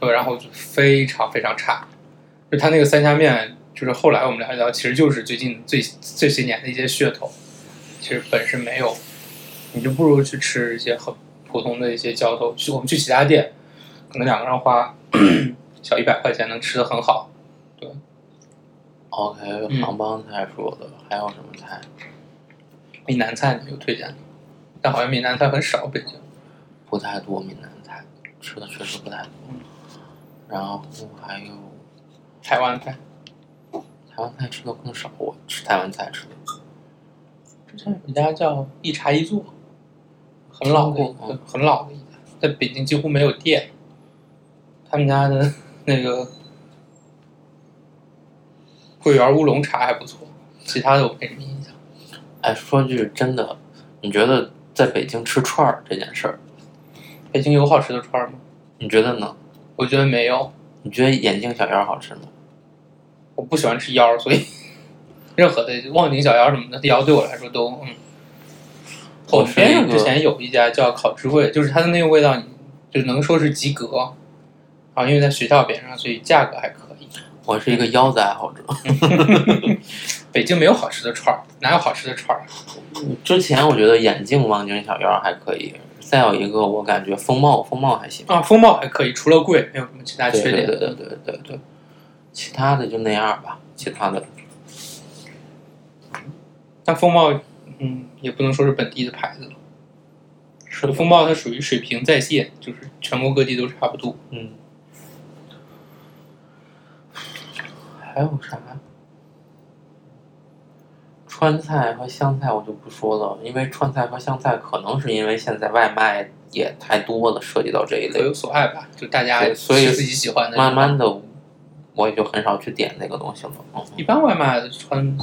[SPEAKER 1] 对，然后就非常非常差，就他那个三家面，就是后来我们了解到，其实就是最近最这些年的一些噱头，其实本身没有，你就不如去吃一些很普通的一些浇头。去我们去其他店，可能两个人花小一百块钱能吃的很好。
[SPEAKER 2] OK，
[SPEAKER 1] 嗯
[SPEAKER 2] 哦杭帮菜是我的，还有什么菜？
[SPEAKER 1] 闽南菜你有推荐的？但好像闽南菜很少，北京。
[SPEAKER 2] 不太多闽南菜，吃的确实不太多。然后还有
[SPEAKER 1] 台湾菜，
[SPEAKER 2] 台湾菜吃的更少，我吃台湾菜吃的
[SPEAKER 1] 之前有一家叫一茶一座，很老的一
[SPEAKER 2] 听过
[SPEAKER 1] 个，很老的一家，在北京几乎没有店。他们家的 [laughs] 那个桂圆乌龙茶还不错，其他的我没什么印象。
[SPEAKER 2] 哎，说句真的，你觉得在北京吃串儿这件事儿，
[SPEAKER 1] 北京有好吃的串儿吗？
[SPEAKER 2] 你觉得呢？
[SPEAKER 1] 我觉得没有，
[SPEAKER 2] 你觉得眼镜小腰好吃吗？
[SPEAKER 1] 我不喜欢吃腰，所以 [laughs] 任何的望京小腰什么的腰对我来说都嗯。
[SPEAKER 2] 我
[SPEAKER 1] 我
[SPEAKER 2] 是
[SPEAKER 1] 们边上
[SPEAKER 2] 一个
[SPEAKER 1] 之前有一家叫烤知味，就是它的那个味道，你就能说是及格。然后因为在学校边上，所以价格还可以。
[SPEAKER 2] 我是一个腰子爱好者。 [laughs]
[SPEAKER 1] 北京没有好吃的串儿，哪有好吃的串儿？
[SPEAKER 2] 之前我觉得眼镜望京小腰还可以，再有一个我感觉风貌，风貌还行。
[SPEAKER 1] 啊，风貌还可以，除了贵，没有什么其他
[SPEAKER 2] 对
[SPEAKER 1] 缺
[SPEAKER 2] 对
[SPEAKER 1] 点。
[SPEAKER 2] 对对对对对，其他的就那样吧，其他的
[SPEAKER 1] 但风貌，嗯，也不能说是本地的牌子了。
[SPEAKER 2] 是
[SPEAKER 1] 风貌它属于水平在线，就是全国各地都差不多。
[SPEAKER 2] 嗯，还有啥？川菜和湘菜我就不说了，因为川菜和湘菜可能是因为现在外卖也太多了，涉及到这一
[SPEAKER 1] 各
[SPEAKER 2] 类，
[SPEAKER 1] 有所爱吧，就大家
[SPEAKER 2] 对所以
[SPEAKER 1] 吃自己喜欢的。
[SPEAKER 2] 慢慢的我也就很少去点那个东西了。嗯，
[SPEAKER 1] 一般外卖川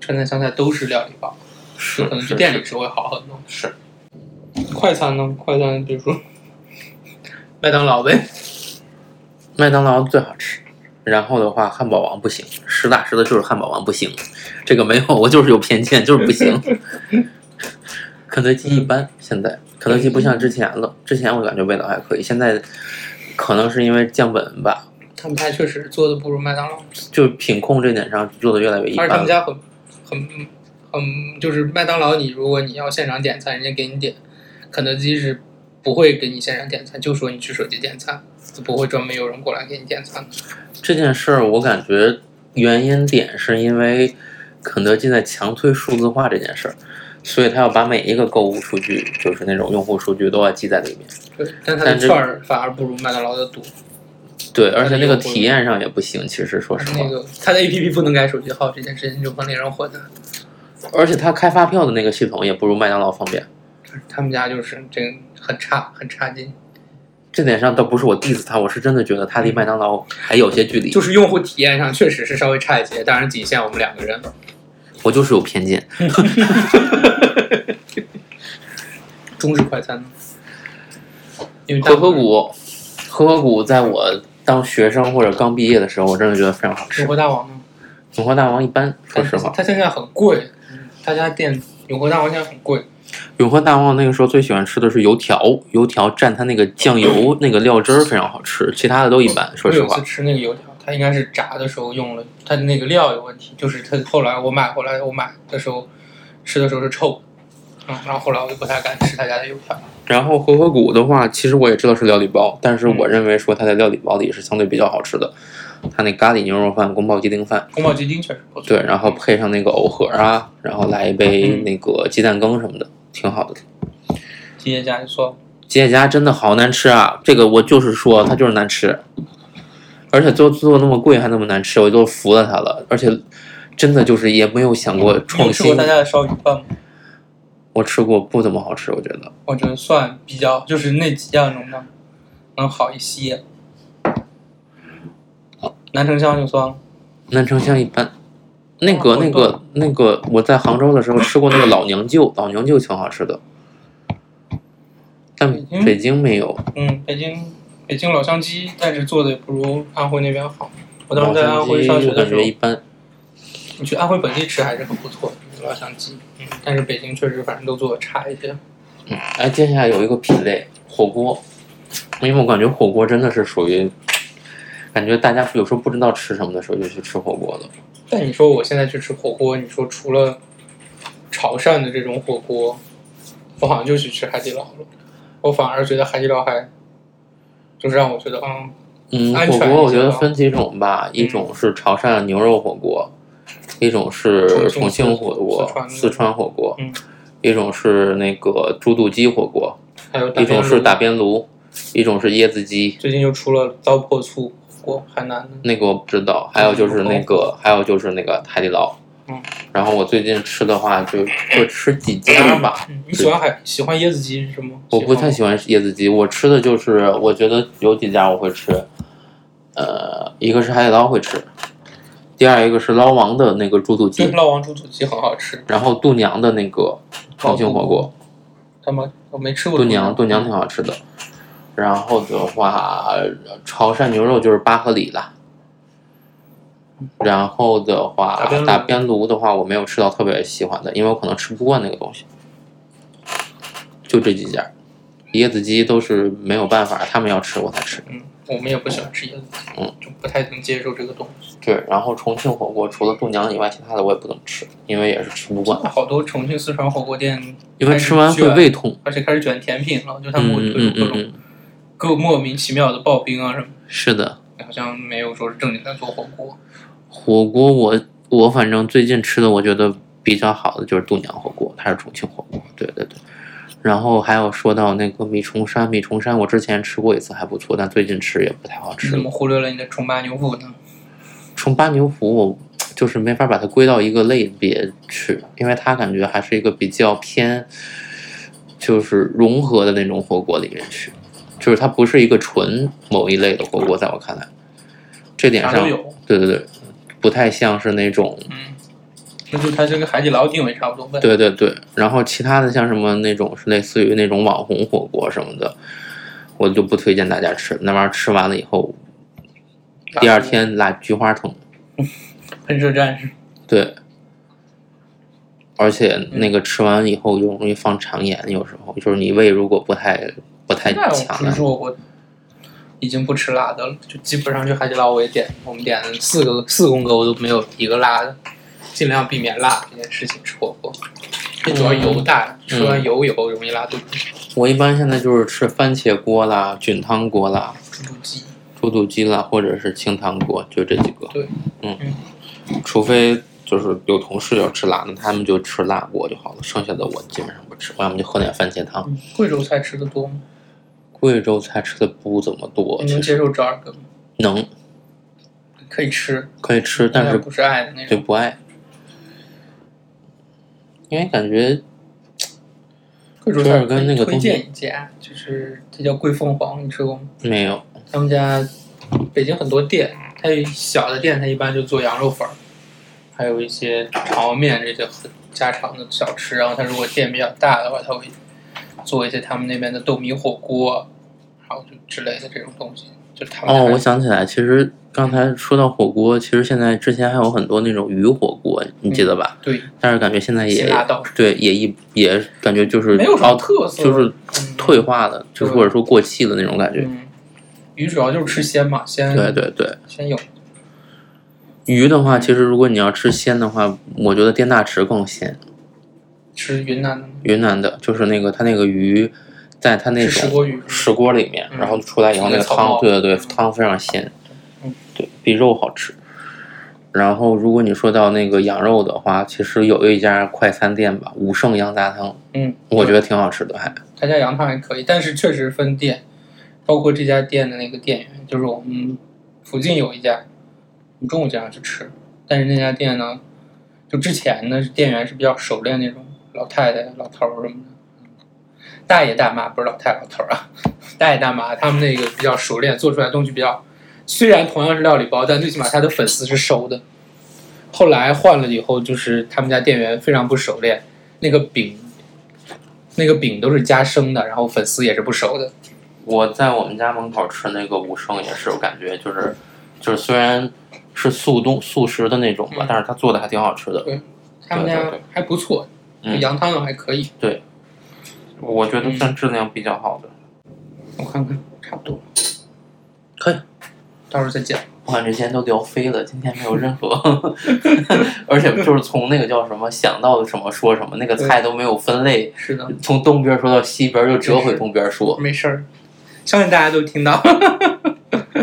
[SPEAKER 1] 川菜湘菜都是料理包，
[SPEAKER 2] 是
[SPEAKER 1] 就可能去店里吃会好很多。
[SPEAKER 2] 是
[SPEAKER 1] 快餐呢？快餐比如说 [laughs] 麦当劳呗，
[SPEAKER 2] 麦当劳最好吃。然后的话，汉堡王不行，实打实的就是汉堡王不行，这个没有，我就是有偏见，就是不行。肯德基一般，现在肯德基不像之前了，之前我感觉味道还可以，现在可能是因为降本吧，
[SPEAKER 1] 他们家确实做的不如麦当劳，
[SPEAKER 2] 就品控这点上做的越来越一
[SPEAKER 1] 而且他们
[SPEAKER 2] 般了。
[SPEAKER 1] 家很很很就是麦当劳，你如果你要现场点餐，人家给你点；肯德基是不会给你现场点餐，就说你去手机点餐，就不会专门有人过来给你点餐的。
[SPEAKER 2] 这件事儿我感觉原因点是因为肯德基在强推数字化这件事儿，所以他要把每一个购物数据，就是那种用户数据都要记在里面。
[SPEAKER 1] 对，但它
[SPEAKER 2] 但
[SPEAKER 1] 的
[SPEAKER 2] 这
[SPEAKER 1] 券儿反而不如麦当劳的多。
[SPEAKER 2] 对，而且那个
[SPEAKER 1] 它的用户
[SPEAKER 2] 体验上也不行，其实说
[SPEAKER 1] 它
[SPEAKER 2] 实
[SPEAKER 1] 的
[SPEAKER 2] 话
[SPEAKER 1] 那。个它的 APP 不能改手机号这件事情就很令人混乱。
[SPEAKER 2] 而且他开发票的那个系统也不如麦当劳方便。
[SPEAKER 1] 他们家就是这个很差，很差劲，
[SPEAKER 2] 这点上倒不是我 diss 他，我是真的觉得他离麦当劳还有些距离。
[SPEAKER 1] 嗯就是用户体验上确实是稍微差一些，当然仅限我们两个人了。
[SPEAKER 2] 我就是有偏见。
[SPEAKER 1] 中式快餐呢？因为大
[SPEAKER 2] 和
[SPEAKER 1] 部
[SPEAKER 2] 合
[SPEAKER 1] 分
[SPEAKER 2] 谷，和合谷在我当学生或者刚毕业的时候，我真的觉得非常好
[SPEAKER 1] 永
[SPEAKER 2] 吃。
[SPEAKER 1] 和大王呢？
[SPEAKER 2] 永和大王一般，说
[SPEAKER 1] 但
[SPEAKER 2] 实
[SPEAKER 1] 是
[SPEAKER 2] 话，
[SPEAKER 1] 它现在很贵，他家店永和大王现在很贵，
[SPEAKER 2] 永和大王那个时候最喜欢吃的是油条，油条蘸它那个酱油那个料汁儿非常好吃，其他的都一般。说
[SPEAKER 1] 我
[SPEAKER 2] 实
[SPEAKER 1] 有一
[SPEAKER 2] 话
[SPEAKER 1] 次，吃那个油条，它应该是炸的时候用了，它那个料有问题，就是它后来我买回来，我买的时候吃的时候是臭的，嗯，然后后来我就不太敢吃他家的油条。
[SPEAKER 2] 然后和合谷的话，其实我也知道是料理包，但
[SPEAKER 1] 嗯
[SPEAKER 2] 是我认为说它在料理包里是相对比较好吃的，它那咖喱牛肉饭、宫保鸡丁饭。
[SPEAKER 1] 宫保鸡丁确实不错，
[SPEAKER 2] 对，然后配上那个藕盒啊，然后来一杯
[SPEAKER 1] 嗯
[SPEAKER 2] 那个鸡蛋羹什么的，挺好的。
[SPEAKER 1] 吉野家就说
[SPEAKER 2] 吉野家真的好难吃啊！这个我就是说，它就是难吃，而且做做那么贵还那么难吃，我就服了它了。而且真的就是也没有想过
[SPEAKER 1] 你有
[SPEAKER 2] 创
[SPEAKER 1] 吃过
[SPEAKER 2] 新
[SPEAKER 1] 他。家的烧鱼饭吗？
[SPEAKER 2] 我吃过不怎么好吃，我觉得
[SPEAKER 1] 我觉得算比较，就是那几样中的能好一些。南城香就算了，
[SPEAKER 2] 南城香一般。那个
[SPEAKER 1] 哦、
[SPEAKER 2] 那个、那个，我在杭州的时候吃过那个老娘舅， [laughs] 老娘舅挺好吃的，但
[SPEAKER 1] 嗯
[SPEAKER 2] 北京没有。
[SPEAKER 1] 嗯，北京北京老乡鸡，但是做的也不如安徽那边好。我当时在安
[SPEAKER 2] 老
[SPEAKER 1] 徽
[SPEAKER 2] 乡
[SPEAKER 1] 上
[SPEAKER 2] 鸡
[SPEAKER 1] 学
[SPEAKER 2] 我
[SPEAKER 1] 的
[SPEAKER 2] 感
[SPEAKER 1] 时
[SPEAKER 2] 觉
[SPEAKER 1] 候
[SPEAKER 2] 一，般。
[SPEAKER 1] 你去安徽本地吃还是很不错的老乡鸡，嗯，但是北京确实反正都做的差一些。
[SPEAKER 2] 哎，接下来有一个品类火锅，因为我感觉火锅真的是属于感觉大家有时候不知道吃什么的时候就去吃火锅了。
[SPEAKER 1] 但你说我现在去吃火锅，你说除了潮汕的这种火锅，我好像就去吃海底捞了。我反而觉得海底捞还就是让我觉得，嗯，
[SPEAKER 2] 嗯，
[SPEAKER 1] 安
[SPEAKER 2] 火
[SPEAKER 1] 全
[SPEAKER 2] 锅
[SPEAKER 1] 一
[SPEAKER 2] 我
[SPEAKER 1] 些
[SPEAKER 2] 觉得
[SPEAKER 1] 吧嗯
[SPEAKER 2] 分几种吧，一种是潮汕牛肉火锅，一种是重
[SPEAKER 1] 重庆
[SPEAKER 2] 庆火锅
[SPEAKER 1] 四川、的
[SPEAKER 2] 四川火锅，
[SPEAKER 1] 嗯
[SPEAKER 2] 一种是那个猪肚鸡火锅，
[SPEAKER 1] 还有
[SPEAKER 2] 一
[SPEAKER 1] 大
[SPEAKER 2] 种
[SPEAKER 1] 边
[SPEAKER 2] 是
[SPEAKER 1] 炉
[SPEAKER 2] 打边炉，一种是椰子鸡，
[SPEAKER 1] 最近又出了糟粕醋火锅，海南的。
[SPEAKER 2] 那个我不知道，还有就是那个，还有就是那个海底捞。
[SPEAKER 1] 嗯，
[SPEAKER 2] 然后我最近吃的话就会吃几
[SPEAKER 1] [clears throat]
[SPEAKER 2] 家吧，
[SPEAKER 1] 嗯你喜欢海喜欢椰子鸡是吗？
[SPEAKER 2] 我不太
[SPEAKER 1] 喜
[SPEAKER 2] 喜欢椰子鸡，我吃的就是我觉得有几家我会吃，呃，一个是海底捞会吃，第二一个是捞王的那个猪肚
[SPEAKER 1] 欢 [laughs]
[SPEAKER 2] 鸡
[SPEAKER 1] 吗。，捞王猪肚鸡很好吃，
[SPEAKER 2] 然后度娘的那个重庆火锅，
[SPEAKER 1] 他们我没吃过
[SPEAKER 2] 度娘度娘挺好吃的。然后的话，呃潮汕牛肉就是八合里啦。然后的话
[SPEAKER 1] 打边，炉
[SPEAKER 2] 打边炉的话，我没有吃到特别喜欢的，因为我可能吃不惯那个东西。就这几家，椰子鸡都是没有办法，他们要吃我才吃。
[SPEAKER 1] 嗯，我们也不喜欢吃椰子鸡，
[SPEAKER 2] 嗯，
[SPEAKER 1] 就不太能接受这个东西。
[SPEAKER 2] 对，然后重庆火锅除了度娘以外，其他的我也不怎么吃，因为也是吃不惯，
[SPEAKER 1] 好多重庆、四川火锅店，
[SPEAKER 2] 因为吃完会胃痛。
[SPEAKER 1] 而且开始卷甜品了，就他们会推
[SPEAKER 2] 嗯嗯
[SPEAKER 1] 出各
[SPEAKER 2] 嗯
[SPEAKER 1] 种
[SPEAKER 2] 嗯，
[SPEAKER 1] 各莫名其妙的刨冰啊什么
[SPEAKER 2] 是的。
[SPEAKER 1] 的，好像没有说是正经在做火锅。
[SPEAKER 2] 火锅我我反正最近吃的我觉得比较好的就是度娘火锅，它是重庆火锅，对对对。然后还有说到那个米虫山，米虫山我之前吃过一次还不错，但最近吃也不太好
[SPEAKER 1] 你
[SPEAKER 2] 吃
[SPEAKER 1] 怎
[SPEAKER 2] 了。
[SPEAKER 1] 么忽略了你的重八牛腹呢？
[SPEAKER 2] 冲巴牛湖我就是没法把它归到一个类别去，因为它感觉还是一个比较偏就是融合的那种火锅里面去，就是它不是一个纯某一类的火锅，在我看来，这点
[SPEAKER 1] 啥
[SPEAKER 2] 上
[SPEAKER 1] 都有，
[SPEAKER 2] 对对对，不太像是那种
[SPEAKER 1] 嗯，那就它这个海底捞定位差不多呗。
[SPEAKER 2] 对对对，然后其他的像什么那种是类似于那种网红火锅什么的，我就不推荐大家吃。那玩意儿吃完了以后，第二天拉菊花疼。
[SPEAKER 1] 喷射战士，
[SPEAKER 2] 对，而且那个吃完以后就容易放肠炎，有时候就是你胃如果不太不太
[SPEAKER 1] 现在我
[SPEAKER 2] 强啊
[SPEAKER 1] 不是
[SPEAKER 2] 的，
[SPEAKER 1] 说我已经不吃辣的了，就基本上去海底捞我也点，我们点四个四宫格我都没有一个辣的，尽量避免辣这件事情吃火锅。
[SPEAKER 2] 嗯
[SPEAKER 1] 最主要油大，吃完油以后容易拉肚子。
[SPEAKER 2] 我一般现在就是吃番茄锅啦、菌汤锅啦、
[SPEAKER 1] 猪肚鸡，
[SPEAKER 2] 猪肚鸡啦，或者是清汤锅，就这几个。
[SPEAKER 1] 对，
[SPEAKER 2] 嗯
[SPEAKER 1] 嗯，
[SPEAKER 2] 除非就是有同事要吃辣，那他们就吃辣锅就好了，剩下的我基本上不吃，我要么就喝点番茄汤。
[SPEAKER 1] 嗯贵州菜吃的多吗？
[SPEAKER 2] 贵州菜吃的不怎么多，
[SPEAKER 1] 你
[SPEAKER 2] 其
[SPEAKER 1] 能
[SPEAKER 2] 实
[SPEAKER 1] 接受折耳根吗？
[SPEAKER 2] 能
[SPEAKER 1] 可以吃，
[SPEAKER 2] 可以吃，但
[SPEAKER 1] 但
[SPEAKER 2] 是
[SPEAKER 1] 不是爱的那
[SPEAKER 2] 就
[SPEAKER 1] 种。
[SPEAKER 2] 不爱，因为感觉
[SPEAKER 1] 贵州
[SPEAKER 2] 折
[SPEAKER 1] 菜
[SPEAKER 2] 耳根那个
[SPEAKER 1] 推
[SPEAKER 2] 东西
[SPEAKER 1] 荐一家，就是它叫贵凤凰，你吃过吗？
[SPEAKER 2] 没有。
[SPEAKER 1] 他们家北京很多店，它有小的店它一般就做羊肉粉儿，还有一些炒面这些很家常的小吃。然后它如果店比较大的话，它会做一些他们那边的豆米火锅，还有就之类的这种东西。就他们
[SPEAKER 2] 哦，
[SPEAKER 1] 家
[SPEAKER 2] 我想起来，其实刚才说到火锅，其实现在之前还有很多那种鱼火锅，你记得吧？
[SPEAKER 1] 对
[SPEAKER 2] 但是感觉现在也
[SPEAKER 1] 嗯辛辣道
[SPEAKER 2] 对也一也感觉就是
[SPEAKER 1] 没有什么
[SPEAKER 2] 凹
[SPEAKER 1] 特色，
[SPEAKER 2] 就是
[SPEAKER 1] 嗯
[SPEAKER 2] 退化的，就是
[SPEAKER 1] 对
[SPEAKER 2] 或者说过气的那种感觉。
[SPEAKER 1] 嗯，鱼主要就是吃鲜嘛，鲜
[SPEAKER 2] 对对对，
[SPEAKER 1] 鲜有
[SPEAKER 2] 鱼的话，其实如果你要吃鲜的话，我觉得滇大池更鲜。
[SPEAKER 1] 吃云南的吗
[SPEAKER 2] 云南的就是那个它那个鱼，在它那
[SPEAKER 1] 吃石
[SPEAKER 2] 种
[SPEAKER 1] 锅鱼是吗
[SPEAKER 2] 石锅里面，
[SPEAKER 1] 嗯
[SPEAKER 2] 然后出来以后那个
[SPEAKER 1] 草
[SPEAKER 2] 汤，
[SPEAKER 1] 帽
[SPEAKER 2] 对对对，
[SPEAKER 1] 嗯
[SPEAKER 2] 汤非常鲜
[SPEAKER 1] 嗯，
[SPEAKER 2] 对比肉好吃。然后如果你说到那个羊肉的话，其实有一家快餐店吧，武圣羊杂汤，
[SPEAKER 1] 嗯，
[SPEAKER 2] 我觉得挺好吃的，还
[SPEAKER 1] 他家羊汤还可以，但是确实分店，包括这家店的那个店员，就是我们附近有一家，我们中午经常去吃，但是那家店呢，就之前呢店员是比较熟练那种老太太、老头儿什么的，大爷大妈不是老太老头儿啊，大爷大妈他们那个比较熟练，做出来东西比较，虽然同样是料理包，但最起码他的粉丝是熟的。后来换了以后，就是他们家店员非常不熟练，那个饼那个饼都是加生的，然后粉丝也是不熟的。
[SPEAKER 2] 我在我们家门口吃那个武圣也是，我感觉就是就是虽然是速冻速食的那种吧，
[SPEAKER 1] 嗯
[SPEAKER 2] 但是它做的还挺好吃的。
[SPEAKER 1] 他们
[SPEAKER 2] 对对
[SPEAKER 1] 家
[SPEAKER 2] 对
[SPEAKER 1] 还不错，
[SPEAKER 2] 嗯
[SPEAKER 1] 羊汤啊还可以。
[SPEAKER 2] 我觉得算质量比较好的。
[SPEAKER 1] 我看看，差不多。
[SPEAKER 2] 可以。
[SPEAKER 1] 到时候再见。
[SPEAKER 2] 我感觉今天都聊飞了，今天没有任何， [laughs] 而且就是从那个叫什么想到的什么说什么，那个菜都没有分类，
[SPEAKER 1] 是的，
[SPEAKER 2] 从东边说到西边，又折回东边说。
[SPEAKER 1] 没事儿，相信大家都听到。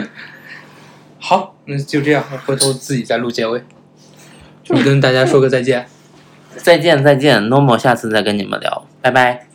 [SPEAKER 1] [laughs] 好，那就这样，我回头自己再录结尾。你跟大家说个再见。
[SPEAKER 2] 再见再见，Normal，下次再跟你们聊，拜拜。